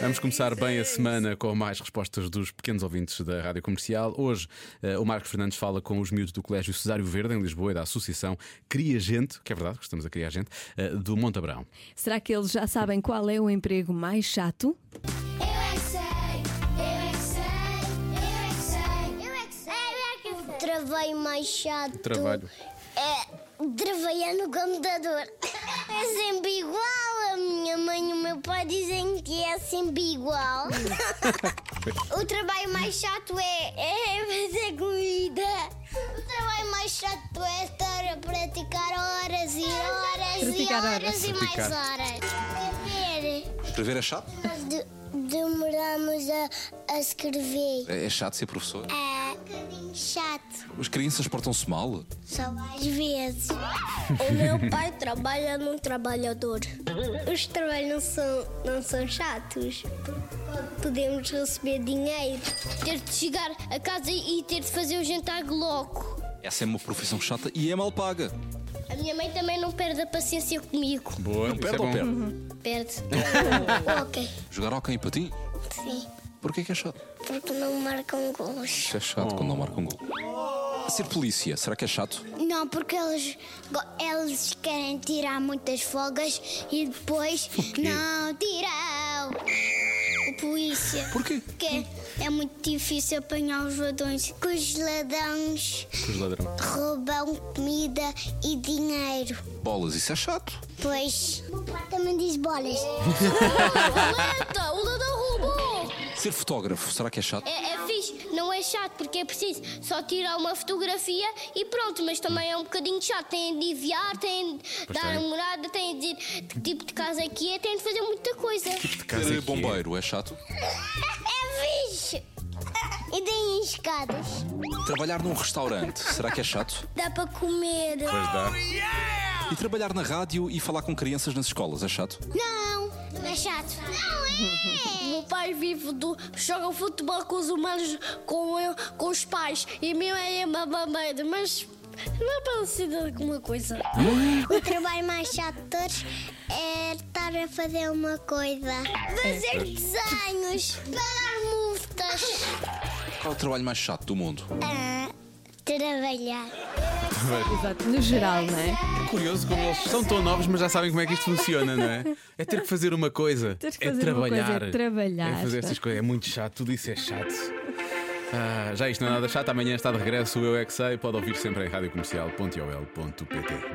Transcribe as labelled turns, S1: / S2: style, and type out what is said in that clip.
S1: Vamos começar bem a semana com mais respostas dos pequenos ouvintes da Rádio Comercial. Hoje, eh, o Marcos Fernandes fala com os miúdos do Colégio Cesário Verde, em Lisboa, e da Associação Cria Gente, que é verdade, que estamos a criar gente, eh, do Monte Abrão.
S2: Será que eles já sabem qual é o emprego mais chato?
S3: Eu é que sei, eu é que sei, eu é que sei, eu é que sei, eu é que sei, eu é que sei. Travei mais chato.
S1: Trabalho.
S3: É, trabalhar no computador. É sempre igual. A minha mãe e o meu pai dizem que é sempre igual. o trabalho mais chato é, é fazer comida. O trabalho mais chato é estar a praticar horas e horas
S2: Praticar
S3: e
S2: horas.
S3: horas, e mais
S1: Praticar.
S3: horas. Escrever.
S4: Escrever é chato?
S3: Nós de- demoramos a, a escrever.
S4: É, é chato ser professor?
S3: É um bocadinho chato.
S4: As crianças portam-se mal?
S3: Só às vezes. o meu pai trabalha num trabalhador. Os trabalhos não são, não são chatos. porque Podemos receber dinheiro. Ter de chegar a casa e ter de fazer o jantar logo.
S4: Essa é uma profissão chata e é mal paga.
S3: A minha mãe também não perde a paciência comigo.
S1: Boa,
S4: Não
S1: isso
S4: perde
S1: é
S4: ou
S1: bom.
S3: Perde.
S4: perde?
S3: ok.
S4: Jogar ao em patim?
S3: Sim.
S4: Porquê que é chato?
S3: Porque não marcam gols.
S4: Isso é chato quando não marca um gol. Ser polícia, será que é chato?
S3: Não, porque eles, go- eles querem tirar muitas folgas e depois não tiram. O polícia.
S4: Porquê?
S3: Porque é muito difícil apanhar os ladrões. Que os ladrões
S1: Os ladrão.
S3: roubam comida e dinheiro.
S4: Bolas, isso é chato.
S3: Pois. O pai também diz bolas.
S5: Eita, o ladrão roubou!
S4: Ser fotógrafo, será que é chato?
S5: É, é fixe, não é chato, porque é preciso só tirar uma fotografia e pronto, mas também é um bocadinho chato. Tem de enviar, tem de
S1: Pois
S5: dar
S1: tem.
S5: a morada, tem de dizer que tipo de casa é que é, tem de fazer muita coisa.
S1: Casa aqui
S4: Ser
S1: é-
S4: bombeiro, é chato?
S3: É fixe. E tem escadas.
S4: Trabalhar num restaurante, será que é chato?
S3: Dá para comer.
S1: Pois dá.
S4: E trabalhar na rádio e falar com crianças nas escolas, é chato?
S3: Não. Não é chato. Não é.
S5: O meu pai vive do. joga futebol com os humanos, com, eu, com os pais, e a minha mãe é uma bambeira, mas não é parecida com uma coisa.
S3: O trabalho mais chato de todos é estar a fazer uma coisa. Fazer desenhos, pagar multas.
S4: Qual é o trabalho mais chato do mundo?
S3: Ah, trabalhar.
S2: Exato, no geral, não é?
S1: É curioso como eles são tão novos, mas já sabem como é que isto funciona, não é? É ter que fazer uma coisa.
S2: Ter que
S1: é
S2: fazer uma coisa, é
S1: trabalhar.
S2: trabalhar.
S1: É fazer estas coisas. É muito chato, tudo isso é chato. Ah, já isto não é nada chato. Amanhã está de regresso o Eu é que Sei. Pode ouvir sempre em radiocomercial.ol.pt.